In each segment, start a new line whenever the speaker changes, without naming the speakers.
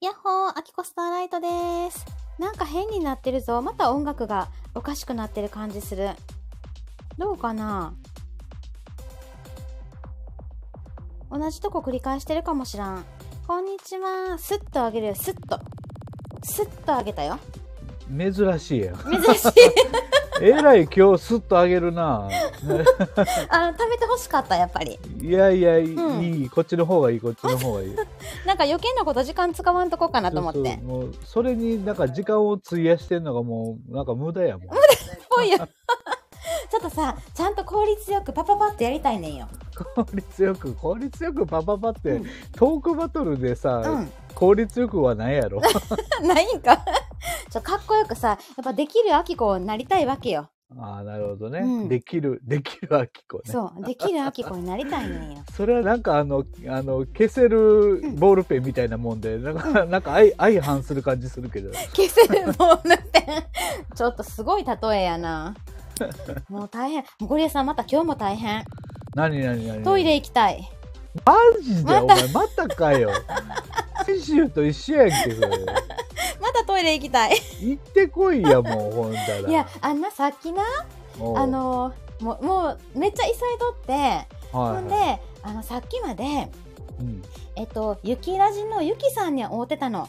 やっほー、アキコスターライトです。なんか変になってるぞ。また音楽がおかしくなってる感じする。どうかな同じとこ繰り返してるかもしらん。こんにちは。スッとあげるよ、スッと。スッとあげたよ。
珍しいやん
珍しい。
えらい今日スッとあげる
あの、
な
食べて欲しかった、やっぱり。
いやいやいい、
うん
いいこっちの方がいいこっちの方 がいい
なんか余計なこと時間使わんとこかなと思っ
そうそ
て
う。もうそれになんか時間を費やしてんのがもうなんか無駄やも ん
ぽいよ。ちょっとさ、ちゃんと効率よくパパパってやりたいねんよ。
効率よく効率よくパパパって、トークバトルでさ、
うん。
効率よくはな いやろ
ないんか ちょかっこよくさやっぱできるあきこになりたいわけよ、
ああなるほどね、
うん
できるできるあきこね
そうできるあきこになりたい ねんよ
それはなんかあのあの消せるボールペンみたいなもんで、なんかなんか相相反する感じするけど
消せるボールペン ちょっとすごい例えやなもう大変ゴリエさんまた今日も大変
何何何
トイレ行きたい
マジで
また
お前またか よ先週と一緒やんけそれ
またトイレ行きたい
行ってこいやもうほんだ ら
いやあんなさっきな
おう
あのもうもうめっちゃ急いどってほ
はい
んで
はい
あのさっきまで
うん
えっとゆきラジのゆきさんに会うてたの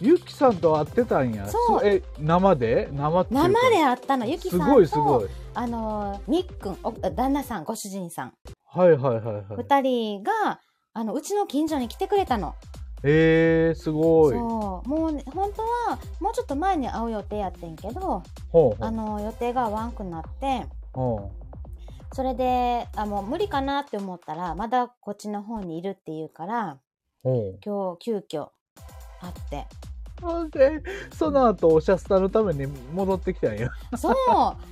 ゆきさんと会ってたんや
そう
え生で生っていうか
生で会ったのゆきさ
す
んと
ごいすごい
あのみっくんお旦那さんご主人さん
はいはいはいはい
二人があのうちの近所に来てくれたの
えー、すごい
そうもうね本当はもうちょっと前に会う予定やってんけど
ほう
あの予定が合わんくなって
ほ
それであもう無理かなって思ったらまだこっちの方にいるっていうから
うほう
今日急遽会って
ほんでその後おしゃスタのために戻ってきたんや
そう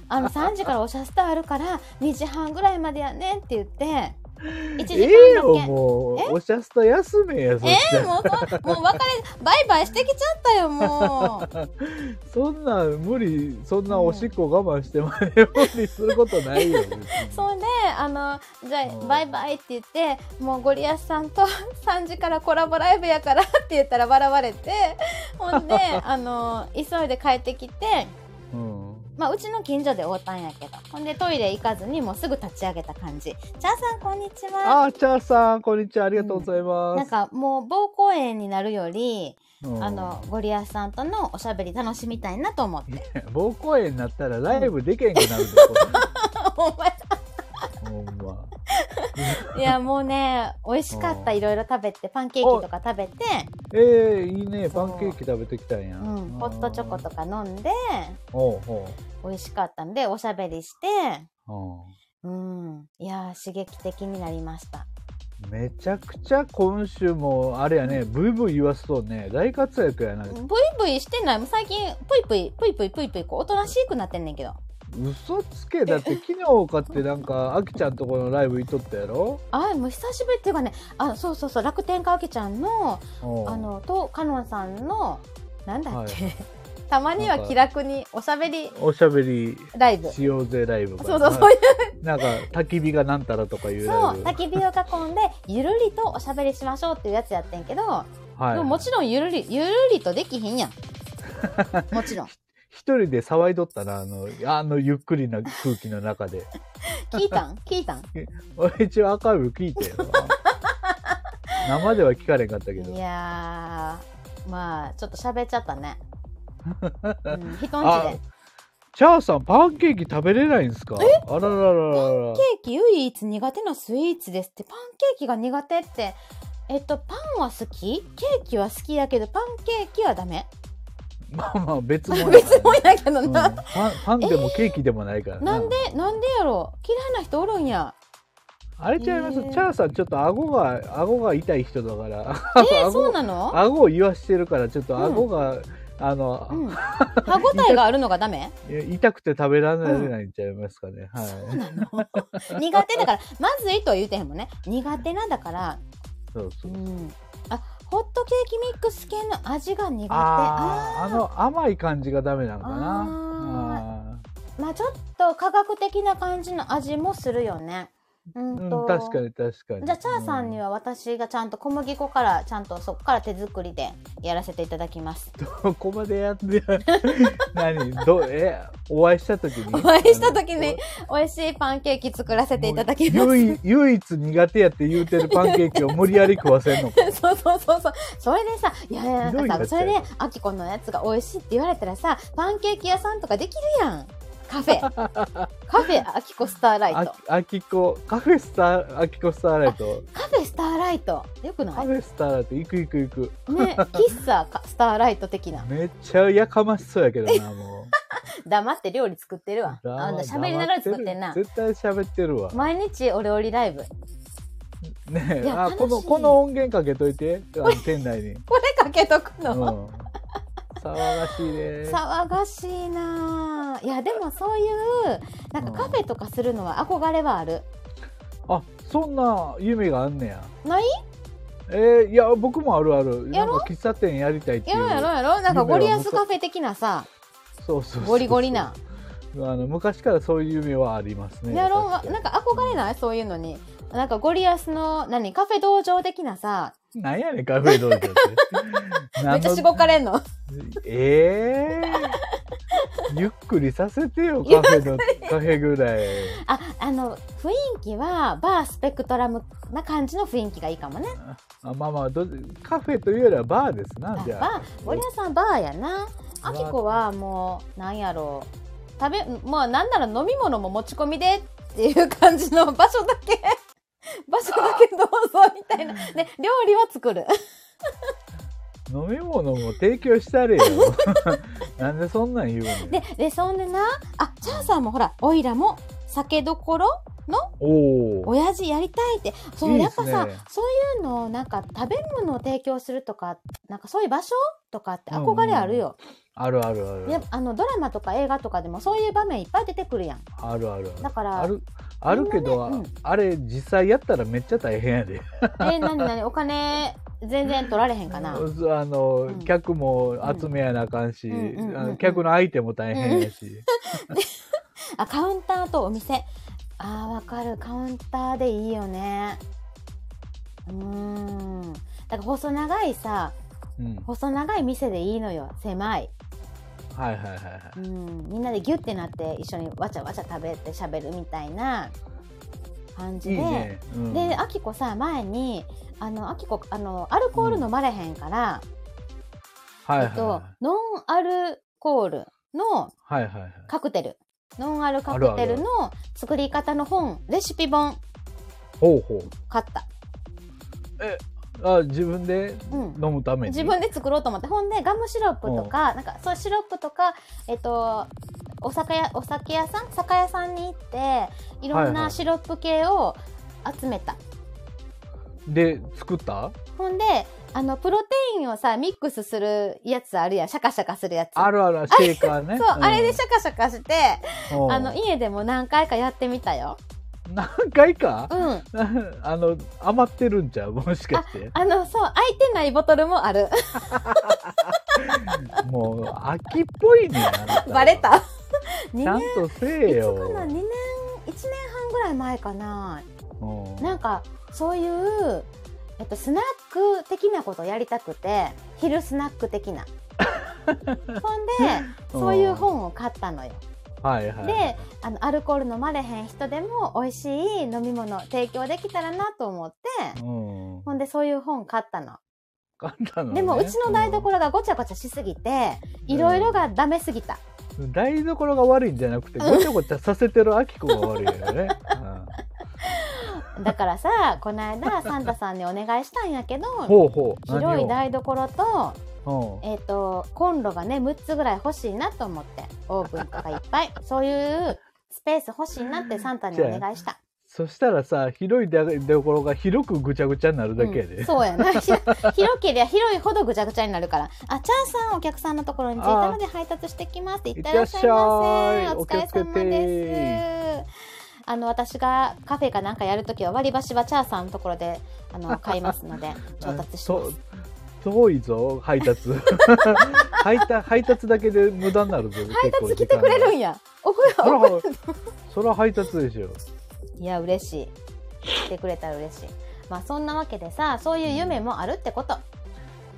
あ の3時からおしゃスタあるから2時半ぐらいまでやねんって言って1時間だけ、
ええよもうおしゃスタ休めやそし
え
た
ー、
ら
もうそもう別れバイバイしてきちゃったよもう
そんな無理そんなおしっこ我慢してまで無理することないよ別に
そんであのじゃ
う
あ
ん
バイバイって言ってもうゴリアスさんと 3時からコラボライブやからって言ったら笑われてほんであの急いで帰ってきて、
うん
まあ、うちの近所で会うたんやけどほんでトイレ行かずにもうすぐ立ち上げた感じ「チャーさんこんにちは
あー、チャーさん、こんにちは。ありがとうござい」ま
なん
す。
かもう膀胱炎になるより、
うん
あの、ゴリアスさんとのおしゃべり楽しみたいなと思って
膀胱炎になったらライブでけんくなるで、
お前
ほんま。
いやもうね美味しかった
うん
いろいろ食べてパンケーキとか食べて、
えー、いいね。パンケーキ食べてきたんや。
うん、ホットチョコと
か。
か飲んで
ほうほ
美味しかったんでおしゃべりして
うう
うんいやー刺激的になりました
ん。めちゃくちゃ今週も、あれやね、ブイブイ言わすとね、大活躍やな。
ブイブイしてないもう最近プイプイプイプイプイプイこうおとなしくなってんねんけど
嘘つけ。だって昨日かってなんか、あきちゃんとこのライブ行っとったやろ
あもう久しぶりっていうかねあそうそうそう楽天かあけちゃんの
うん
あのとかのんさんのなんだっけ、
は
たまには気楽におしゃべり
おしゃべり
ライブ
しようぜライブか
そ
な
うそうそういう
なんか、焚き火がなんたらとかいう
そ
ライ
う
ブ。
焚き火を囲んでゆるりとおしゃべりしましょうっていうやつやってんけど
はい
でももちろんゆるりゆるりとできひんやんもちろん
一人で騒いどったな、あの、あのゆっくりな空気の中で。
聞いたん聞いたん
俺一応アーカイブ聞 いてよ。生では聞かれんかったけ
い
ど。
やーまあちょっと喋っちゃったね、うん、人んち
あ
で、
チャーさん、パンケーキ食べれないんすかあららららら
ケーキ唯一苦手なスイーツですってパンケーキが苦手ってえっとパンは好きケーキは好きやけどパンケーキはダメ
まあまあ、別物 やから
別もんやけど
うん
な、
パンパンでもケーキでもないから
なんでなんでやろ嫌いな人おるんや
あれちゃいます、
へー
チャーさんちょっと顎が顎が痛い人だから
えー、
顎
そうなの
顎を言わしてるからちょっと顎が、あの、
うん、歯ごたえがあるのがダメ
いや痛くて食べられないんちゃいますかね、はい
そうなの苦手だからまずいとは言うてへんもんね苦手なんだから
そう
う
そう、
んあホットケーキミックス系の味が苦手あ
あああの甘い感じがダメなのかな
あまあちょっと科学的な感じの味もするよね
あ
うん
う
と
ん、確かに確かに。
じゃあ、チャーさんには私がちゃんと小麦粉から、ちゃんとそこから手作りでやらせていただきます。
ここまでやって、何どう、え、お会いしたときに
お会いした時に美味しいパンケーキ作らせていただきま
もう
す。
唯唯一苦手やって言うてるパンケーキを無理やり食わせんのか。
そうそうそうそう。それでさ、いやいや、
ひ
ない
ど
んか
やつ
さ、
や
それで、あきこのやつが美味しいって言われたらさ、パンケーキ屋さんとかできるやん。カ フェ。カフェ、あきこスターライ
あ
ト。
あきこ、カフェスター、あきこスターライト。
カフェスターライト。よくな
カ
い
フ
ね、
ェスターライト、行く行く行く。
喫茶かスターライト的な。
めっちゃやかましそうやけどな、も
黙って料理作ってる
う。
わ。 あん
黙
な喋りながら作ってんな。
絶対喋ってるわ。
毎日お料理ライブ。
ね
い
え、
や
あ、この、
楽しい
この音源かけといて、あ の店内に。
これかけとく
うん。
の、
騒がしいです。
騒がしいなぁいやでもそういうなんか
うん
カフェとかするのは憧れはある、
あ、そんな夢があんねや。
ない
えーいや、僕もあるある。
や
なん
ろ
か喫茶店やりたいってい
や
う。
ろやろやろなんかゴリアスカフェ的なさ
そうそうそうそう
ゴリゴリな。
あの昔からそういう夢はありますね。
やろ
確かに
なんか憧れないそういうのになんかゴリアスの何カフェ道場的なさ
なんやねんカフェ道場って。
めっちゃしごかれんの
ええゆっくりさせてよカフェのカフェぐらい。
ああの雰囲気はバースペクトラムな感じの雰囲気がいいかもね
あまあまあどカフェというよりはバーです
あ
なじゃあ。
バーゴリアスさんバーやなあきこはもうなんやろう食べもうなんなら飲み物も持ち込みでっていう感じの場所だ け場所だけどうぞみたいなね料理は作る
飲み物も提供した れよ。なんでそんなん言うねん。
ででそんでなあチャーさんもほらおいらも酒どころ
おお。
親父やりたいってそう
いい
やっ
です
ぱ
ね
さそういうのをなんか食べ物を提供するとかなんかそういう場所とかって憧れあるよ、
あるあるある。
やあのドラマとか映画とかでもそういう場面いっぱい出てくるや ん
あるあるあ
だ
る。
から
あるあるけど、
みんなね
あれ実際やったらめっちゃ大変やで。
え、なになにお金全然取られへんかな。
そう あの、
うん
客も集めやなあかんし、
うんうんうん
あ
うん
の客の相手も大変やし、
あ、カウンターとお店。あー、わかる。カウンターでいいよね。うーん。だから細長いさ、
うん
細長い店でいいのよ。狭い。
はいはいはいはい
うん。みんなでギュッてなって一緒にわちゃわちゃ食べて喋るみたいな感じ
い
で。
いね、うん、
で、あきこさ、前に、あの、あきこ、あの、アルコール飲まれへんから、
はい
え
はい
っと
は、
ノンアルコールの
いはいはいはい
カクテルノンアルカクテルの作り方の本レシピ本
ほうほ
買った、
うあ自分で
うん、
飲むために、
自分で作ろうと思ってほんでガムシロップとかなんかそうシロップとかえっとお酒屋お酒屋さん酒屋さんに行っていろん
はいは
ないシロップ系を集めた、
で作った
ほんであのプロテインをさミックスするやつあるやんシャカシャカするやつ
あるあるシェーカーね
そう、あれでシャカシャカして
ょ、うん
あの家でも何回かやってみたよ
何回か
う、ん
あの余ってるんちゃうもしかして
あのそう空いてないボトルもある
もう秋っぽいねあなた
バレた2
ち
年
ゃんとせえ
いつか
よ
な2年1年半ぐらい前かな
うん
なんかそういう、えっと、スナック的なことをやりたくて昼スナック 的なほんでそういう本を買ったのよ
はいはい
であのアルコール飲まれへん人でも美味しい飲み物提供できたらなと思って
うん
ほんでそういう本買ったの
簡単なのね
でもうちの台所がごちゃごちゃしすぎていろいろがダメすぎた
台所が悪いんじゃなくてごちゃごちゃさせてるアキコが悪いよね。
だからさこの間サンタさんにお願いしたんやけ
うん、
ど
ほうほう。
広い
何
台所と
を、
えっ、と、コンロがね、6つぐらい欲しいなと思って、オーブンとかいっぱ い、そういうスペース欲しいなってサンタにお願いした。
うん。そしたらさ広い台所が広くぐちゃぐちゃになるだけやで。
うんそうやな。 ひろ広けりゃ広いほどぐちゃぐちゃになるから。あ、チャーさん、お客さんのところに着いたので配達してきますって言ってらっしゃいませ。
い
お
っ
疲
てら
れ
っしゃい
様です。あの、私がカフェかなんかやるときは割り箸はチャーさんのところで、あの、買いますの で、調達しま
と
す。
遠いぞ配 達配達配達だけで無駄になるぞ
配達来てくれるんや。お風
そ
呂。
らそら配達でしょ
いや、嬉しい。来てくれたら嬉しい。まあそんなわけでさ、そういう夢もあるってこと。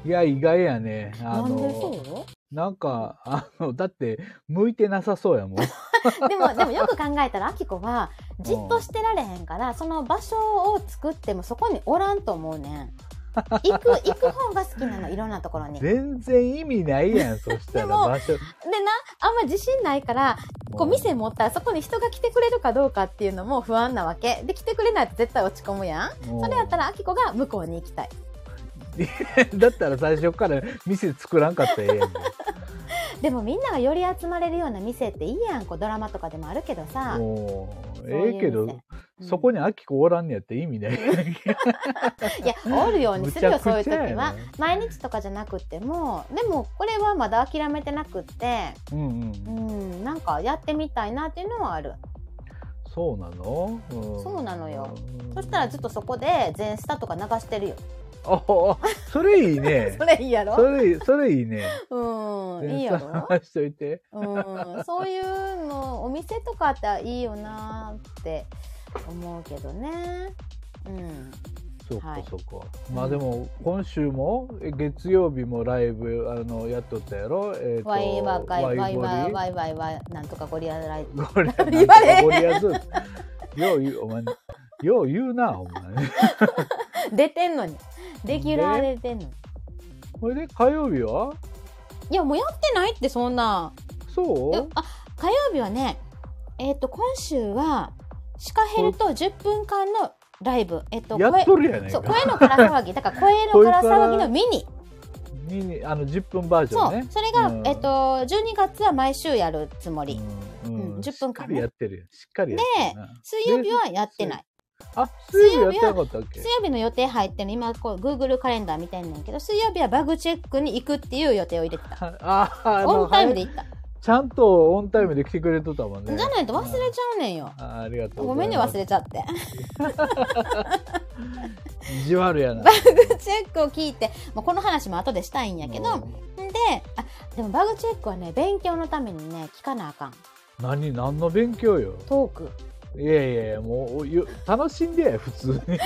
いや、意外やね。あ
なんで
の、
そ
なんか、あの、だって、向いてなさそうやもん。
うでも、でもよく考えたら、あきこは、じっとしてられへんから、その場所を作ってもそこにおらんと思うねん。行く、行く方が好きなの、いろんなところに。で、な、
全然意味ないやん、そしたら
でも
場所。
あんま自信ないから、こう店持ったらそこに人が来てくれるかどうかっていうのも不安なわけ。で、来てくれないと絶対落ち込むやん。
もう
それやったら、あきこが向こうに行きたい。
だったら最初から店作らんかったらえ えやん。
でもみんながより集まれるような店っていいやんこうドラマとかでもあるけどさ、
もう
そういう
ええけ
店
ど、
うん
そこにアキコおらんねやって意味ない。
いやおるよう にするよ
むち
そうい
ゃ
う時
くちゃやな
は毎日とかじゃなくってもでもこれはまだ諦めてなくって
うんう。
うんんなんかやってみたいなっていうのはある
そうなの、うん
そうなのよ。そしたらずっとそこで全スタとか流してるよ。
ああ、それいいね
それいいや
そ
ろ
れいい、それいいね。
うん いいやろ
話しといて。
うんそういうのお店とかあっていいよなって思うけどねうん
そう
は
か
い
そうか。まあでも今週もえ月曜日もライブあのやっとったやろ。えーと
ワイワカイワイ
ゴリ
ワ イワイワイワイなんとかゴリラライブ
ゴリ
言われへ
ア
ん
ゴリアズよう言うお前よう言うなお前。
出てんのにレギュラーで出てんのに
これで火曜日はい
やもうやってないってそんな
そ
え
う
あ火曜日はねえっ、と今週はシカヘルと10分間のライブえっ、と
やっ
声
とるやない
そう
か。
声のから騒ぎだから声のから騒ぎのミニ
ににあの10分バージョ
そ
ン
う
ね。
それが、
うん
えっ、と12月は毎週やるつもり、
うん
うん10分間ね
しっかりやってるよ。しっかりやってるな。
水曜日はやってない
あ、水曜日やってなかったっけ
水？曜日の予定入ってるの今こう Google カレンダー見てんねんけど水曜日はバグチェックに行くっていう予定を入れてた
あ、あの
オンタイムで行った
ちゃんとオンタイムで来てくれとったもんね。
じゃないと忘れちゃうねんよ。
あありがとう
ご
ご
め
ざい
んね、
ます
忘れちゃって。
意地悪やな。
チェックを聞いて、もうこの話も後でしたいんやけど、んで、あ、でもバグチェックはね、勉強のためにね、聞かなあかん。
何何の勉強よ。
トーク。
いやいやいやもうよ楽しんでや普通 に。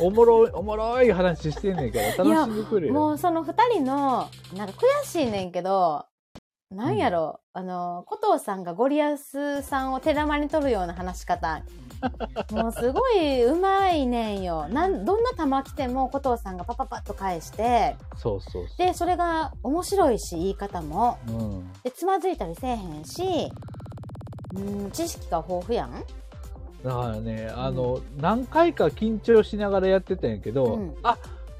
おもろいおもろい話してんねんから
いや
楽しんでくれよ。
もうその二人の、なんか悔しいねんけど、なんやろ、あの、古藤さんがゴリアスさんを手玉に取るような話し 方。もうすごいうまいねんよ。なん、どんな球来ても古藤さんがパパパッと返して、
そうそうそ
で、それが面白いし、言い方も。
う。うん。
でつまずいたりせえへんしうん知識が豊富やん
だからねあの、何回か緊張しながらやってたんやけど、
うん
あ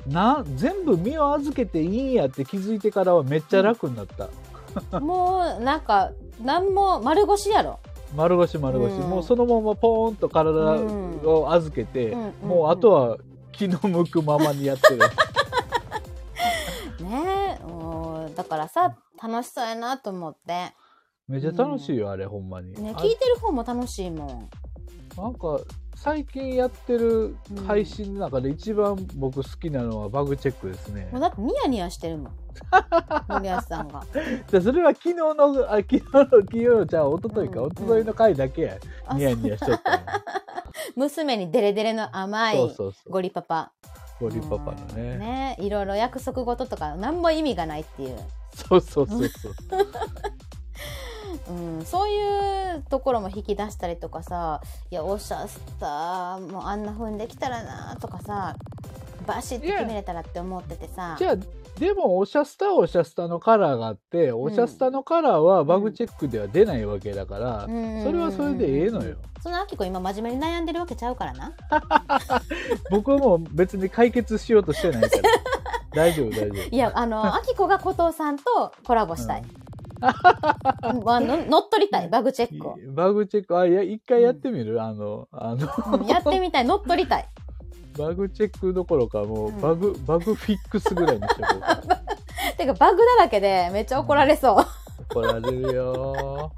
な全部身を預けていいんやって気づいてからはめっちゃ楽になった。
もうなんか何も丸腰やろ、
丸腰丸腰、
うん
もうそのままポーンと体
うん
を預けて、
うんうん
もうあとは気の向くままに やってる
ねえもうだからさ楽しそうやなと思って、
めちゃ楽しいよあれほんまに、
ね、
あ
聞いてる方も楽しいもん
なんか最近やってる配信の中で一番僕好きなのはバグチェックですね、
もうだってニヤニヤしてる もん森保さんが
じゃあそれは昨日のあ昨日の昨日のじゃあ一昨日か、
うんうん
一昨日の回だけや
あ
ニヤニヤしちゃったの
娘にデレデレの甘い
そうそうそう
ゴリパパ
ゴリパパの
う
ね
んねいろいろ約束事とか何も意味がないっていう、
そうそうそうそう
うん、そういうところも引き出したりとかさ「いやおっしゃったもうあんな風にできたらな」とかさバシッて決めれたらって思っててさ
じゃあでもオシャスタはオシャスタのカラーがあってオシャスタのカラーはバグチェックでは出ないわけだから、そ
そ
れはそれでええのよ
そのあきこ今真面目に悩んでるわけちゃうからな
僕はもう別に解決しようとしてないから 大丈夫大丈夫
いやあ のあきこが後藤さんとコラボしたい、まあ、の乗っ取りたいバグチェックを、
バグチェックあいや一回やってみる、あのあの
うんやってみたい乗っ取りたい
バグチェックどころかも
う
うんバグ、バグフィックスぐらいにしとこ うか
てかバグだらけでめっちゃ怒られそう
怒られるよ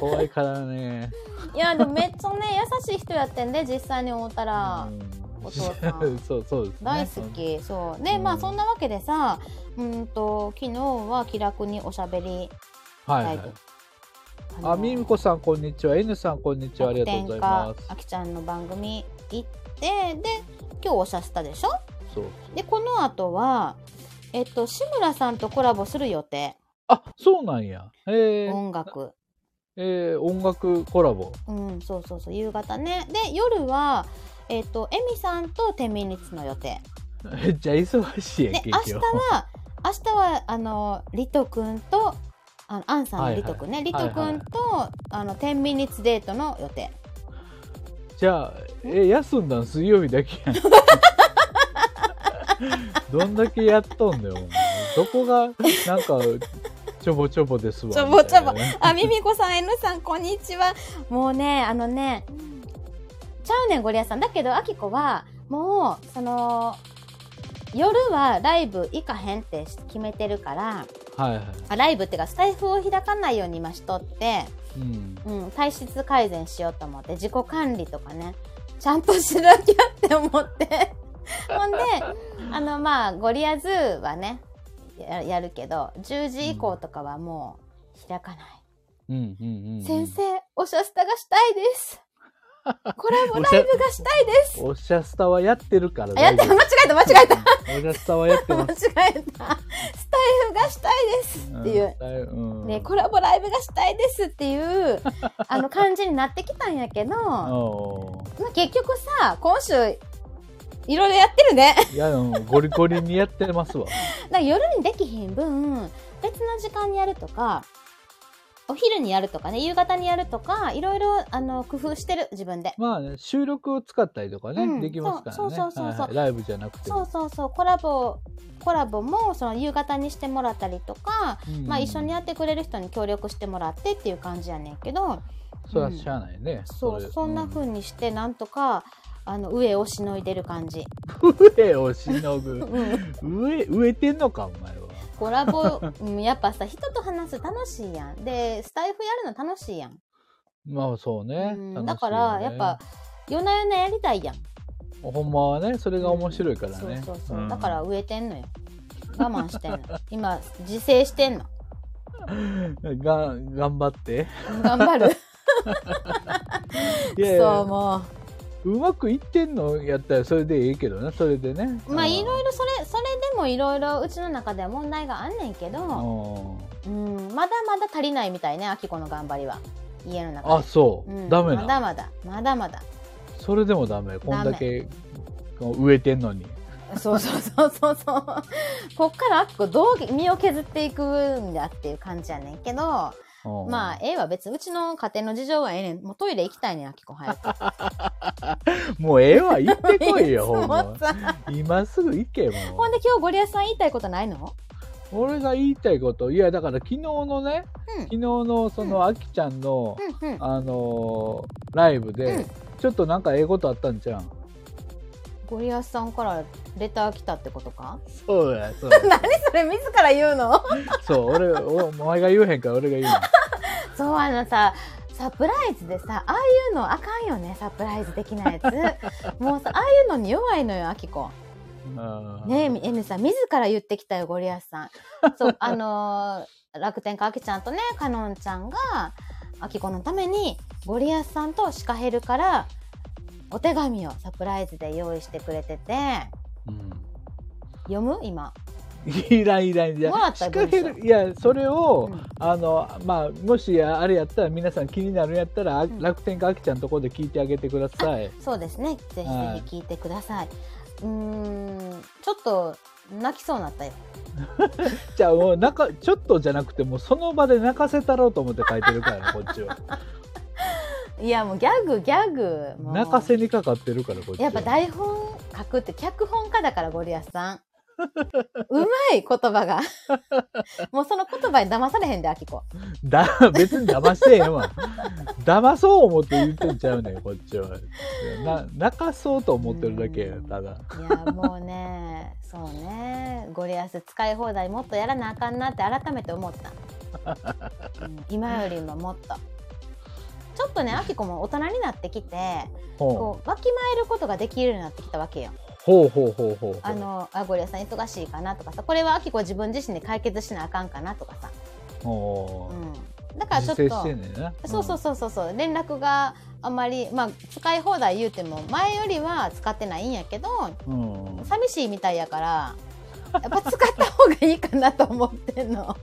怖いからね
いやでもめっちゃね優しい人やってんで実際に会うたら、
うん
お父さん
そうそうですね
大好き、そうね、
うん
まあそんなわけでさうんと昨日は気楽におしゃべり
はい、
ラ
は
イ
い
ブ、、
あ、みみこさん、こんにちは。N さん、こんにちは。ありがとうございま
あ
す。
きちゃんの番組切ってで今日おしゃしたでしょ
そう
でこの後はえっと志村さんとコラボする予定
あそうなんやへえ
音楽
えー音楽コラボ
うんそうそうそう夕方ねで夜はえっとえみさんと天秤日の予定
めっちゃ忙しいやん
で
結
明日
局
は明日はあのリトくんとあのアンさん
は
の
いはい
リトくんね、
はい
リトくんと、あの天秤日デートの予定
じゃあえ休んだん水曜日だけやん どんだけやっとんだよお前どこがなんかちょぼちょぼですわ
ちょぼちょぼ
みたいな
あ、みみこさん、N さん、こんにちは。もうね、あのね、ちゃうねん、ゴリアスさん。だけど、あきこは、もう、その、夜はライブ行かへんって決めてるから、
はいはい
あライブっていうか、スタイフを開かないように今しとって、
うん
うん、体質改善しようと思って、自己管理とかね、ちゃんとしなきゃって思って。 ほんで、あの、まあ、ゴリアズはね、ややるけど、10時以降とかはもう開かない。
うんうんうん
先生、おしゃスタがしたい です。コラボライブがしたいです。
おしゃスタはやってるから
あやった、間違えた、間違えた。
おしゃスタはやっ て
間
ます
違えた。スタイフがしたいですっていう、
うんうん
ね、コラボライブがしたいですっていう、あの感じになってきたんや けど、まあ
おー
結局さ、今週、いろいろやってるね。
いやうんゴリゴリにやってますわ
だから夜にできひん分、別の時間にやるとか、お昼にやるとかね、夕方にやるとか、いろいろ、あの、工夫してる、自分で。
まあね、収録を使ったりとかね、
うん
できますからね。
そうそうそうそう
はいはいライブじゃなくて
そう
も。
そうそうコラボコラボもその夕方にしてもらったりとか、
うん
まあ、一緒にやってくれる人に協力してもらってっていう感じやねんけど
それはしゃあないね。
そう
れ
そんな風にしてなんとかあの上をしのいでる感じ、
うん上をしのぐ。
うん、
上、植えてんのか、お前は。
コラボ、うん、やっぱさ人と話す楽しいやんでスタイフやるの楽しいやん、
まあそうね。
うん
楽しいよね
だからやっぱ、夜な夜なやりたいやん
ほんまはね、それが面白いからね。
そうそうそう、
ん
だから、植えてんのよ我慢してん の今自制してんの
が、頑 張って。
頑張る
いや
そ
い
う
や
もう
うまくいってんのやったらそれでいいけどね、それでね。
まあ
うん
いろいろそれそれでもいろいろうちの中では問題があんねんけど、うん、まだまだ足りないみたいねあきこの頑張りは家の
うん
中
あ、
で、
そうう。
ん、
ダメ
まだ
な。
まだまだまだ
それでもダメ。こんだけ植えてんのに。
そうそうそうそうそうこっからあきこどう身を削っていくんだっていう感じやねんけど
うん
まあええわ別にうちの家庭の事情はええねんもうトイレ行きたいねんあきこ早 く
もうええわ、行って こいよ、
つも
ほんま。
さ
今すぐ行け、もう。
ほんで今日ゴリアスさん言いたいことないの
俺が言いたいこと、いや、だから昨日のね、
うん
昨日のその、あきちゃんの、
うんうん
あのーライブで、
うん
ちょっとなんかええことあったんじゃん。
ゴリアスさんからレター来たってことか
そうや、そう。
何それ自ら言うの
そう、俺、おお前が言うへんから俺が言う
そうあのさサプライズでさああいうのあかんよねサプライズ的なや つもうさああいうのに弱いのよあきこ
の。 うん
ねえみえみさん自ら言ってきたよゴリアス さんそうあのー楽天家あきちゃんとねかのんちゃんがあきこのためにゴリアスさんとシカヘルからお手紙をサプライズで用意してくれてて
うん
読む今
いらんいらんじゃ
もら
ん。
ったら
仕掛け
文
るいやそれを、
うん
あのまあもしあれやったら皆さん気になるんやったら、あ
ん
楽天かあきちゃんのとこで聞いてあげてください。
そうですねぜひぜ
はい
ひ聞いてください、うーんちょっと泣きそうになったよ
じゃあもうなんかちょっとじゃなくてもうその場で泣かせたろうと思って書いてるからねこっちは
いやもうギャグギャグ もう
泣かせにかかってるからこっち
や
は
っぱ台本書くって脚本家だからゴリアス さんうまい言葉がもうその言葉に騙されへんであきこ
だ別に騙してへんわ騙そう思って言ってんちゃうねんこっちはな泣かそうと思ってるだけやただ
いやもうねそうねゴリアス使い放題もっとやらなあかんなって改めて思った、うん今よりももっとちょっとねあきこも大人になってきて
ほ
こうわきまえることができるようになってきたわけよ
うほうほうほうほう
あのあゴリアスさん忙しいかなとかさこれはあきこ自分自身で解決しなあかんかなとかさ
ほ
うん、だからちょっ
自制して
と
んねんな。
そうそうそうそうそう連絡があんまりまあ使い放題言うても前よりは使ってないんやけど
うん。うん。
寂しいみたいやからやっぱ使った方がいいかなと思ってんの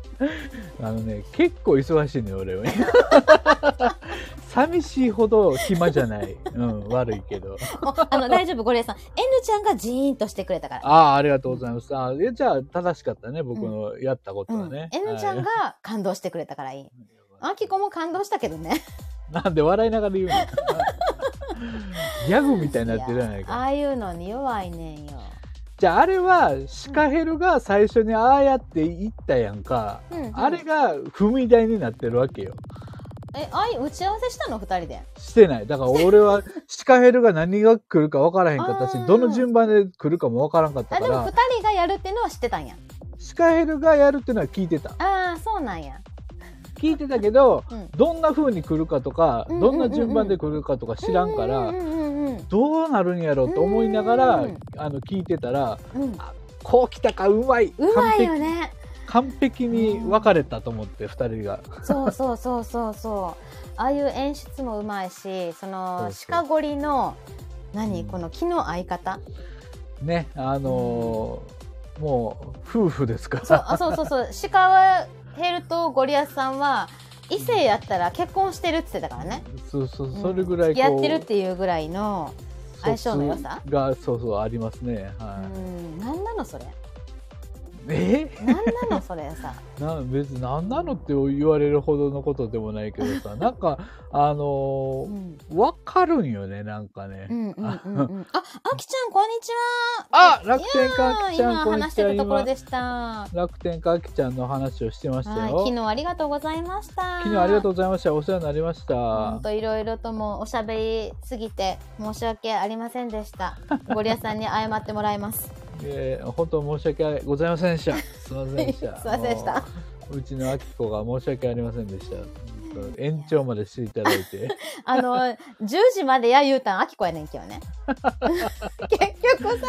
あのね、結構忙しいのよ、俺は。 寂しいほど暇じゃない。うん、悪いけど。
も うあの大丈夫ゴリラさん N ちゃんがジーンとしてくれたから、
ああ、ありがとうございます。あーえじゃあ、正しかったね、僕のやったこと
う
は
ん、
ね。
N ちゃんが感動してくれたからいい
は
あ
い
きこも感動したけどね
なんで笑いな がら言うのギャグみたいになってるじゃない
いやあ
か。
あいうのに弱いねんよ
じゃあ、あれは、シカヘルが最初にああやって言ったやんか。
うんうん
あれが踏み台になってるわけよ。
えあい打ち合わせしたの二人で
してない。だから俺は、シカヘルが何が来るか分からへんかった
あー
し、どの順番で来るかも分からんかった
あ
か
でも二
ら、
人がやるっていうのは知ってたんや
シカヘルがやるっていうのは聞いてた。
ああそうなんや
聞いてたけど、
うん
どんな風に来るかとか、
うんうん
どんな順番で来るかとか知らんから、
うんうんうんうん
どうなるんやろうと思いながら、
うん
あの聞いてたら、
うん、うん
こう来たかうまい。
うまいよ
完璧。
ね
完璧に分かれたと思って、二人が。
そうそうそうそうそうああいう演出もうまいしそ
そう
の
そう
鹿ゴリの何
うん
この木の相方
ね、あのーもう、夫婦ですか
そう
ら。
あそうそうそう 鹿はヘルとゴリアスさんは異性やったら結婚してるって言ってたからね、
そうそうう、
ん
それぐらい
付き合ってるっていうぐらいの相性の良さ
疎通が、そうそう、ありますね。
う
は
ん何なのそれ
い。え
何なのそれ さ
な別に何なのって言われるほどのことでもないけど さ、なんか、あ
う
のー
ん
わかるんよね、なんかね。
うんうんうんうんああきちゃんこんにちは
あ楽天か、あ
あ
き
ー
ち
今
ゃん、こんに
話し
ち
て
は。
たところ
今、
でした
楽天か、あきちゃんの話をしてました
はい、
よ。
昨日ありがとうございました。
昨日ありがと
う。
うございました。お世話になりました。
本当いろいろともうおしゃべりすぎて申し訳ありませんでした。ゴリアスさんに謝ってもらいます。
えー本当申し訳ございません でした。すいませんでした。
すいませんでした
あの。うちのあきこが申し訳ありませんでした。本当延長までしていただ いて。
あの10時までやゆうたんあきこやねん今日ね。結局さ、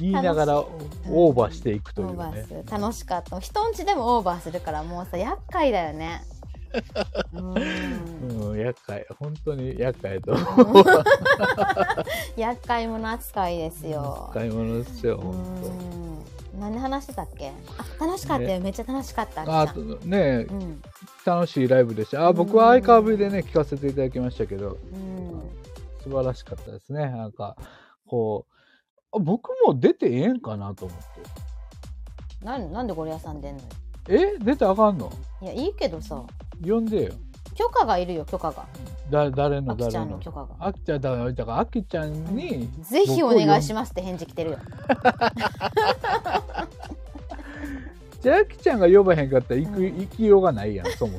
言いながら
楽
オーバーしていくとい
オー
う
バー
ね
す。る楽しかった。人んちでもオーバーするからもうさ厄介だよね。うーん
うん、厄介。本当に厄介と。
厄介者扱いですよ。
買い物ですよ、
う
本
ーん何話してたっけ？あ楽しかったよ、めっちゃ楽しかった。
当。あ
あきち
とね
ゃん、うん。
楽しいライブでした。あ、僕は相川部でね、聞かせていただきましたけど、
うん
素晴らしかったですね。なんか、こう、あ僕も出てええんかなと思って。
なんなんでゴリラさん出んのよ
え出てあかんの
いやいいけどさ
呼んでよ。
許可がいるよ許可が
だ誰
あ
の
き
誰
ちゃんの
の
許可が
あきちゃんだからだからあきちゃんに
ぜひお願いし
ま
ますって返事来てるよ
すじゃああきちゃんが呼ばへんかったら行く、
うん
行きようがないやんそも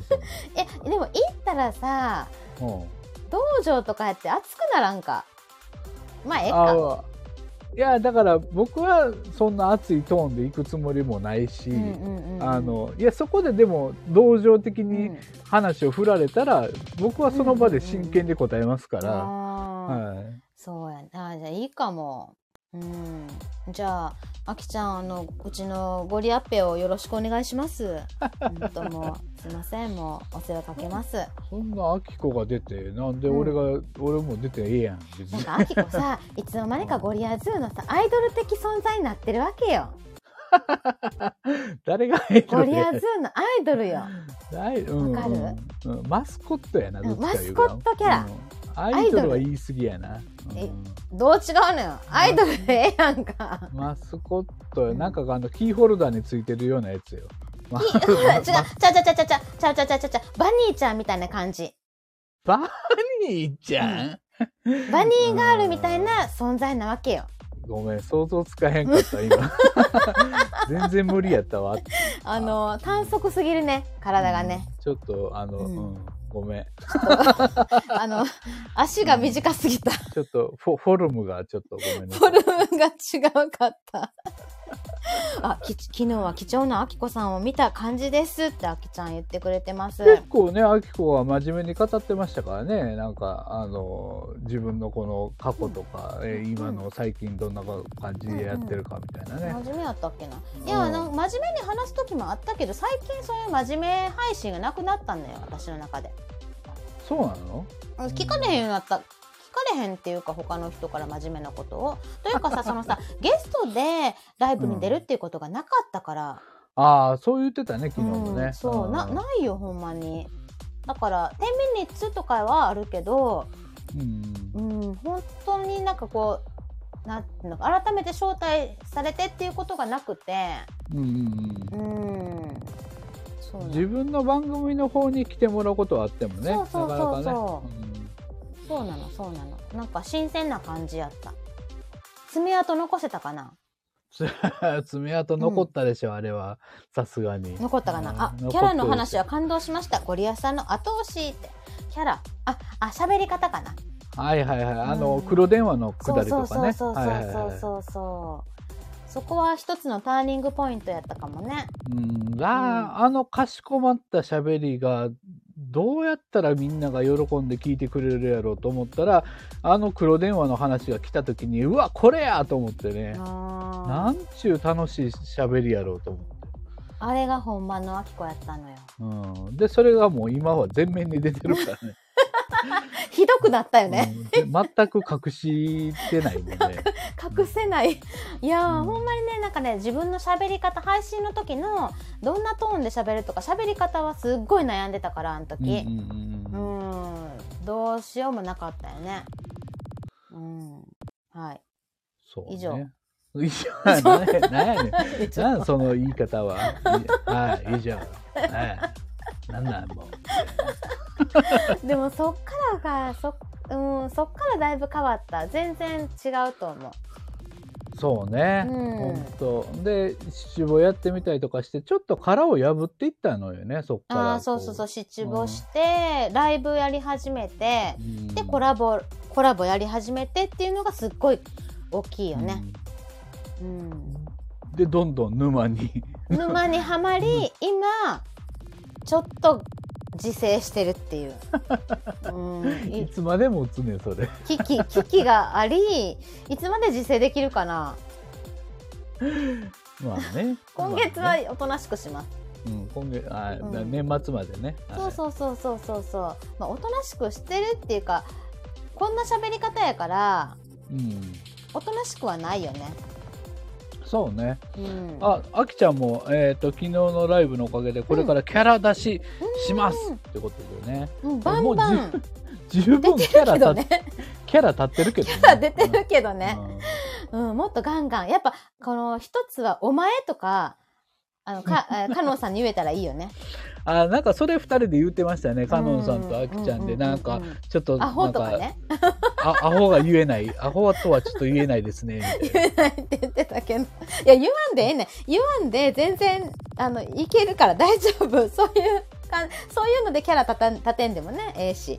えでも行ったらさ
そも、
道場とかやって暑くならんかまあえ
う
え
ん、
か
あいやだから僕はそんな熱いトーンで行くつもりもないし、
うんうんうん
あのいやそこででも同情的
う
に
ん
話を振られたら僕はその場で真剣で答えますから、
あー
はい、
そうやなじゃあいいかもうんじゃああきちゃんあのうちのゴリアッペをよろしくお願いします本当もうすいませんもうお世話かけます
そんなあきこが出てなんで俺が、俺も出てええやん別
なんかア
に
キコさいつの間にかゴリアズーのさアイドル的存在になってるわけよ
誰がええ
ゴリアズーのアイドルよ
ない、うん、
わかる
うん、うんマスコットやな、
うん
どっちか言う
マスコットキャラ
うんアイドルは言い過ぎやな。
ドル
うん
どう違うのよアイドルええやんか
マスコットや、なんかあのキーホルダーについてるようなやつよ。ま
違うちゃちゃちゃちゃちゃちゃちゃちゃちゃちゃちゃバニーちゃんみたいな感じ
バニーちゃん。
バニーガールみたいな存在なわけよ
ごめん、想像つかへんかった、今。全然無理やったわ。
あの短足すぎるね体がね、
うん。ちょっと、あの、
う
うんん、ごめん。
あの足が短すぎた
ちょっとフォ、フォルムがちょっとごめんな
フ
さ
ォル
い。
ムが違うかったあき昨日は貴重なあきこさんを見た感じですってあきちゃん言ってくれてます。
結構ね、あきこは真面目に語ってましたからね、なんか、あの、自分のこの過去とか、えー今の最近どんな感じでやってるかみたいなね。
真面目やったっけな。
ん
いや、なんか真面目に話す時もあったけど、最近そういう真面目配信がなくなったんだよ、私の中で。
そうなの
聞かれへんようになった。聞かれへんっていうか他の人から真面目なことをというか さそのさゲストでライブに出るっていうことがなかったから、
ああ、そう言ってたね、昨日も
う
ね。
ん、そう、
ん
なないよほんまにだから10 minutes とかはあるけど
うん
うん本当になんかこうなんていうのか改めて招待されてっていうことがなくて
うんうん
う
うん
んそうなん
自分の番組の方に来てもらうことはあってもね、
そうそうそうそう
なかなかね。うん
そうなのそうなのなんか新鮮な感じやった爪痕残せたかな
爪痕残ったでしょ、あれはさすがに
残ったかな、あ
うん
キャラの
残って
話は感動しましたゴリアスさんの後押しってキャラああ喋り方かな
るはいはいはいあの、
うん
黒電話のく
そ
だ
う
り
そ
と
う
か
そう
ね
そう
はいはいはい
そうそうそうそこは一つのターニングポイントやったかもね
うんあーあのかしこまった喋りがどうやったらみんなが喜んで聞いてくれるやろうと思ったらあの黒電話の話が来た時にうわこれやと思ってね、な
あ
んちゅう楽しい喋りやろうと思って。
ーあれが本番のあきこやったのよ
うん、でそれがもう今は全面に出てるからね
ひどくなったよ ね、
うんで全く隠してな いもんね。
隠せないいやー、
うん
ほんまにねなんかね自分の喋り方配信の時のどんなトーンで喋るとか喋り方はすっごい悩んでたからあの時、
うんう
う
んうんうん
ん、どうしようもなかったよね。うん。はい。
そうね、
以上。
以上何やねん。何やねん。
ちょっ
何その言い方 は。いはい、以上。はい。なんなんもう。
とでもそっからが、そ、うん、そっからだいぶ変わった。全然違うと思う。
そうね。
うん
本当。で、七五やってみたりとかして、ちょっと殻を破っていったのよね、そっからこ。
ああー、そうそうそう、
う。
七五して、ライブやり始めて、で、コラボ、コラボやり始めてっていうのがすっごい大きい
ボ
よね。。うん。
うんで、どんどん沼に。
沼にはまり、今、ちょっと自制してるって いう。うん。い
いつまでも打つねんそれ。
危機危機がありいつまで自制できるかな
まあね。
今月
まあ
は
ね
おとなしくします、
うん、今月、あー、
うん
年末までね。はい
そうそうそうそうそうそう、まあ、おとなしくしてるっていうかこんな喋り方やから
うん。
おとなしくはないよね
そうね。
うん
あ、あきちゃんも、えっ、と、昨日のライブのおかげで、これからキャラ出し
うん
しますってことでね。
うんバンバ
も
ン
十分
出
キ
て
ャ
る
ラ
け
立
ど
っ、
ね
キャラ立ってるけど、ね。
キャラ出てるけどね
う、ん。
うん、もっとガンガンやっぱこの一つは「お前」とかあのかえかのんさんに言えたらいいよ ね
あ、なんかそれ二人で言ってましたね。かのんさんとあきちゃんで、
う
なんか
う、う
ちょっと、
ア
な
ホ
ん
とかね
あ、アホが言えない。アホとはちょっと言えないですね。みた
言
いな
えない って言ってたけど。いや、言わんでええねん。言わんで全然、あの、いけるから大丈夫。 そういうか、そういうのでキャラ立たん立てんでもね、ええし。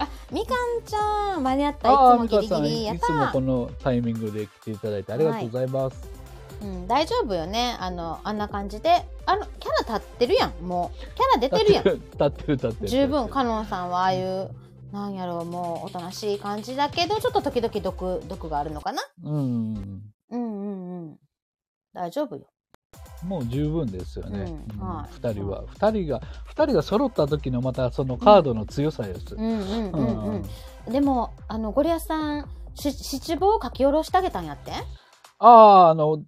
あ、みかんちゃん、間に合った。い
あ
つ
ー、
も
み
ギ
か
リギ
さん、
リ。やっ
いつも
た
こ。のタイミングで来ていただいてありがとうございます。
うん、大丈夫よね。あの、あんな感じで。あの、キャラ立ってるやん。もう、キャラ出てるやん。
立ってる立ってる。
十分、
か
かのんさんはああいう、なんやろう、もう、おとなしい感じだけど、ちょっと時々毒、毒があるのかな。
うん。
うんうんうん。大丈夫よ。
もう十分ですよね。
うん
うん
はい
二人は、二人が、二人が揃った時のまたそのカードの強さです。
うんうんうんう
うんん。
でもあのゴリアスさんし七望を書き下ろしてあげたんやって
ああ、あの、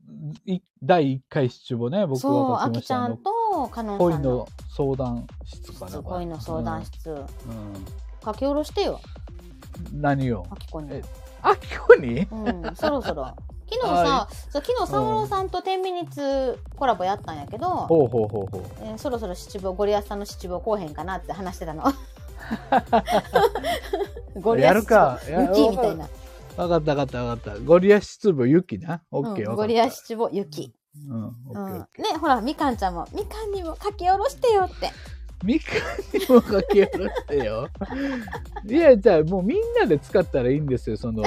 い第一回七五ね、僕
そう
は
あ
書きま
き
し
ち
た。
ゃ
あ
ん
の
とかのんさ
恋
んの
の相談室か
す
な。
ごいの相談室、
うん。うん
書き下ろしてよ
何を
あきこに
え、あきこに
うん、そろそ ろ昨日さ
は
そう昨日サワロさんと10ミニッツコラボやったんやけど、
ほうほうほうほう。
えーそろそろ七望ゴリアスさんの七望こうへんかなって話してた のゴ
やるか
七望雪みたいな、
わかったわかったわかった。ゴリア七部ユキな。オッケー、
うん、
わかった。
ゴリアス。七望雪
うん、オ
う
ッケ
ん
ー。、
ねほらみかんちゃんもみかんにも書き下ろしてよって
みかんにもかけ下ろしてよ。いや、じゃあもうみんなで使ったらいいんですよ。その、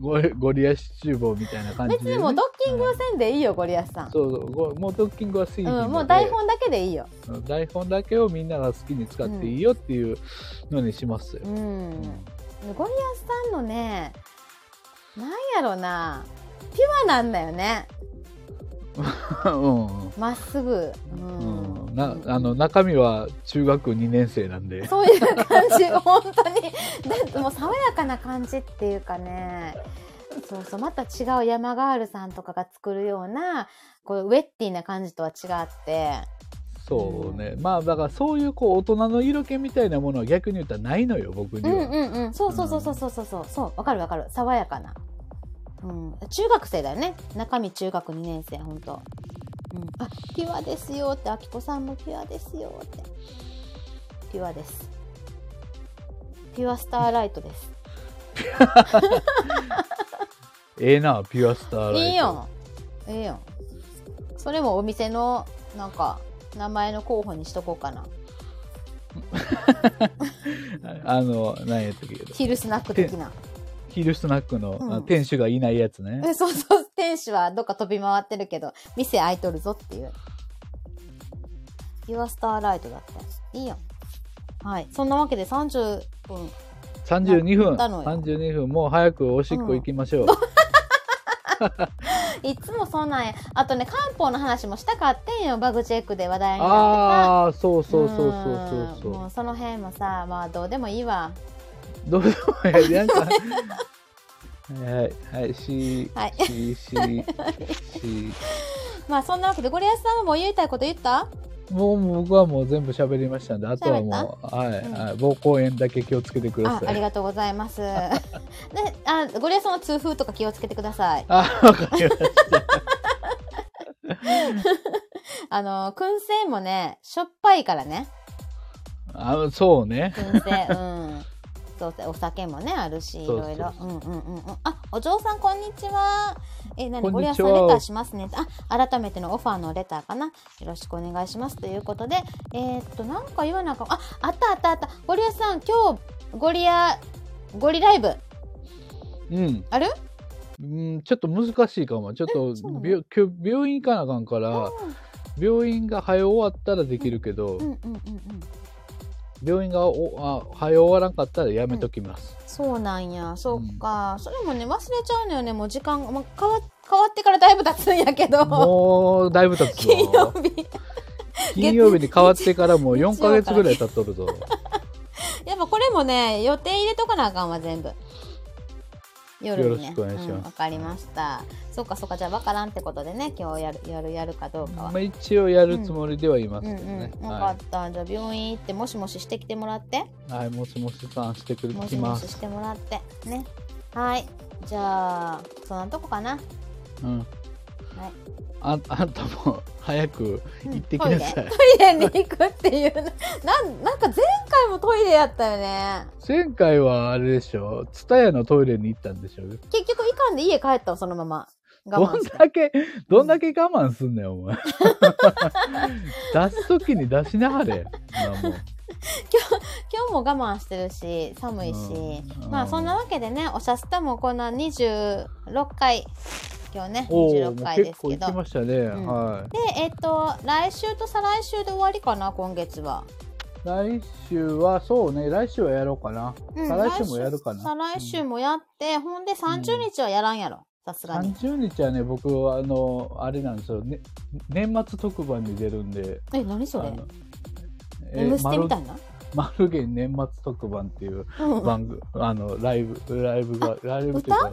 ゴリゴリアス厨房みたいな感じ
別
でね、
にもうドッキングはせんでいいよ、ゴリアスさん。
そうそうごもうドッキングは水
うん、もう台本だけでいいよ。
台本だけをみんなが好きに使っていいよっていうのにしますよ
う、ん。ゴリアスさんのね、なんやろな、ピュアなんだよね。
うんうん
まっすぐ。うん。
うん、なあの中身は中学2年生なんで
そういう感じ、本当に。だってもう爽やかな感じっていうかね。そうそう、また違う山ガールさんとかが作るような、こう、ウェッティな感じとは違って。
そうねまあだからそういうこう大人の色気みたいなものは逆に言ったらないのよ僕
う
には、
んうんうん。そうそうそうそうそうそうそう。そう、わかるわかる。爽やかな。うん。中学生だよね。中身中学2年生、ほんと。うん。あ、ピュアですよって、あきこさんもピュアですよって。ピュアです。ピュアスターライトです。
ええなピュアスターライト
いいよいいよそれもお店のなんか名前の候補にしとこうかな
あの何やったっけ
昼スナック的な
ヒルスナックの、
うん
あ店主がいないやつね
えそうそう店主はどっか飛び回ってるけど店開いとるぞっていうユアスターライトだっていいよはいそんなわけで30分
32分
なのよ
32分もう早くおしっこ行きましょう、
いつもそんなんやあとね漢方の話もしたかってんよバグチェックで話題になってさ
ああそうそうそうそうそう
うんも
そう
その辺もさまあどうでもいいわ
うどうでもやりなんか はいはいし、
はい
ししし
まあそんなわけでゴリアスさんはもう言いたいこと言った
もう僕はもう全部喋りましたんであとはもうはい、
うん
はい膀胱炎だけ気をつけてくだ
あ
さ
あ
い
りがとうござい ます。で、あ、ゴリアスさんの痛風とか気をつけてください。
あわかりました
あの、燻製もね、しょっぱいからね。
あそうね
燻製、 うん。そうそうお酒もね、あるし、い
そう
ろ
そう
いろ。うんうんうんうん。あ、お嬢さん、こんにちは。え、な
こ
に、
んにちは
ゴリアスさん、レターしますね。あ、改めてのオファーのレターかな。よろしくお願いします。ということで、えーっと、なんか言わなあかんあ、あったあったあった。ゴリアスさん、今日、ゴリア、ゴリライブ、
うん
ある
うんちょっと難しいかもちょっと
えそうなの
病今日病院行かなあかんから病院が早終わったらできるけど、
うんうんうんうん。
病院がおあ早終わらんかったらやめときます、
そうなんや、そうか、それもね、忘れちゃうのよね、もう時間が、まあ、変わ変わってからだいぶ経つんやけど、
もうだいぶ経つ
金曜
ぞ
日、
金曜日に変わってからもう4ヶ月ぐらい経っとるぞ
やっぱこれもね、予定入れとかなあかんわ、全部。夜にね、
よろしくお願いします
うんわかりました。そうか、そうか、じゃあ、わからんってことでね、今日やる、やる、やるかどうかは
まあ。一応やるつもりではいます
うんう
けど
ん、
ね、
分か
は
った、じゃあ病院行ってもしもししてきてもらって
い、はい、もしもしさんしてくれ
もし
てき
も
ま
し
す
してもらってねはいじゃあそんなとこかな
うんああんたも早く行ってきなさい、
トイレに行くっていうな なんなんか前回もトイレやったよね
前回はあれでしょ蔦屋のトイレに行ったんでしょ
結局いかんで家帰ったわそのまま
ど
我慢
ん
して
だけどんだけ我慢すんねん お前出す時に出しな はれなもう
今日も我慢してるし寒いし、
うん
ま
う
あ
ん
そんなわけでねおしゃスタもこんな26回今日ね
おー
26
もう
回で
結
す
構
けど
行きましたね、
ん
はい
でえっと来週と再来週で終わりかな今月は、
来週はそうね来週はやろうかな、
うん
再来週もやるかな
再来週もやって、ほんで30日はやらんやろさすがに
30日はね僕はあのあれなんですよ、ね、年末特番に出るんで
え何それ
あの
「
え
M ステ」みた
ー
いな、
マルゲン年末特番っ ていう
うん
番組、あのライブライブがライブというか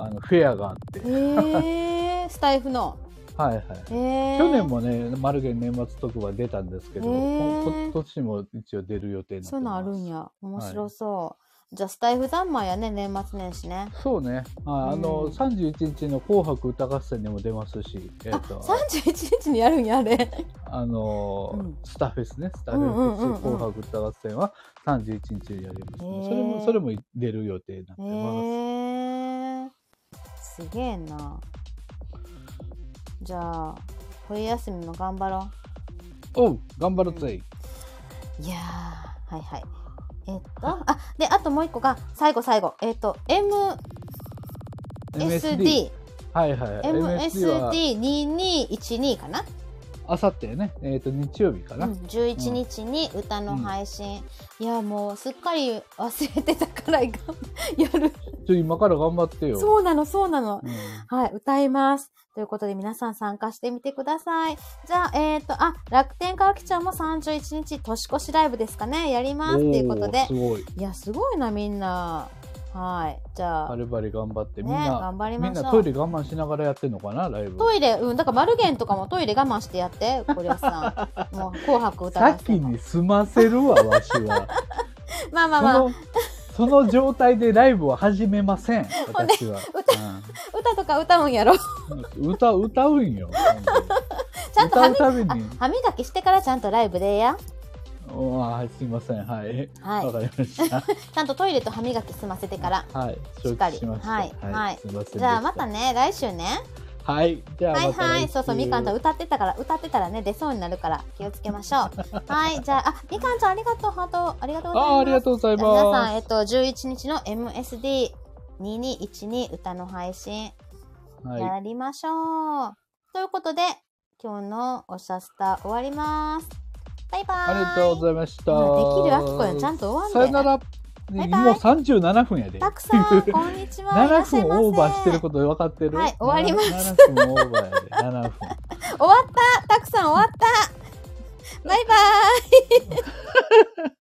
あのフェアがあっ て
へえー、スタイフの。
はいはい
えー、
去年もね、マルゲン年末特番出たんですけど、
へー
こ今年も一応出る予定になってます。
そういうのあるんや。面白そう。じゃあ、スタイフ三昧やね、年末年始ね。
そうね、はい、あ
う
の
ん
三十一日の紅白歌合戦にも出ますし、えっ、
あ、
と、
31日にやるんや、あれ。
あのー、
うん
スターフェスね、スター
うんうんうん
フ
う
ェ
ん
ス紅白歌合戦は三十一日にやります、
へー
ね。それもそれも出る予定になって
え
ます。
ー、すげえな。じゃあ、冬休みも頑張ろ
おう、頑張るぜい。
う。いやー、はいはい。えっと、あ、で、あともう一個が、最後最後。えっと、M、
MSD。はいはい。は
MSD2212 かな、
あさってね、えっ、と、日曜日か
う
な。
ん、11日に歌の配信、いやもうすっかり忘れてたからいかん やる
ちょ今から頑張ってよ。
そうなのそうなの
うん
はい、歌います。ということで皆さん参加してみてください。じゃあ、えっ、と、あ、楽天かあきちゃんも31日年越しライブですかね、やります。ということ
お
で
ーす。ごい。
いや、すごいな、みんな。はい。じゃ
バ
あ、
リバリ頑張って、
ね
みんな、
頑張り
み
ま
ん
し
な
ょ
トイ
う。
レ我慢しながらやってんのかな、ライブ。
トイレ、うん、だから丸源とかもトイレ我慢してやって、ゴリ押しさ ん。もう、紅白歌合
先
戦も
に。済ませるわ、わしは。
ま あまあ
そ
まあ、
の、その状態でライブは始めません、私は。
歌とか歌うんやろ。ち
うん、歌、歌うんよ。
ゃんと
歌
歯
う
み
たび
あ
に。
歯磨きしてからちゃんとライブでや。
うんあーすいません、はい。
はい
わかりました。
ちゃんとトイレと歯磨き済ませてから。
はい、
しっかり
承知しました。
はいはい
すいませんでした。
じゃあまたね、来週ね。
はい、じゃあま
は
た
いは
来
い、
週
そうそう、みかんちゃん歌ってたから、歌ってたらね、出そうになるから、気をつけましょう。 はい、じゃあ、あ、みかんちゃんありがとう、ハート、ありがとうございます。
あーありがとうございます。
皆さん、えっと、11日の MSD2212 歌の配信、
は
やりましょう。ということで、今日のおしゃスタ終わります。バイバー
あ
イ。
りがとうございました。
ほらできるあきこやん、ちゃんと終わんで。
さよなら。
イバイ
もう三十七分やで。
たくさん、こんにちは。いらっ
七
しゃい
分
ませ
オーバーしてること分かってる。
はい終わります
す。七分オーバーやで。七分。
終わったたくさん終わったバイバーイ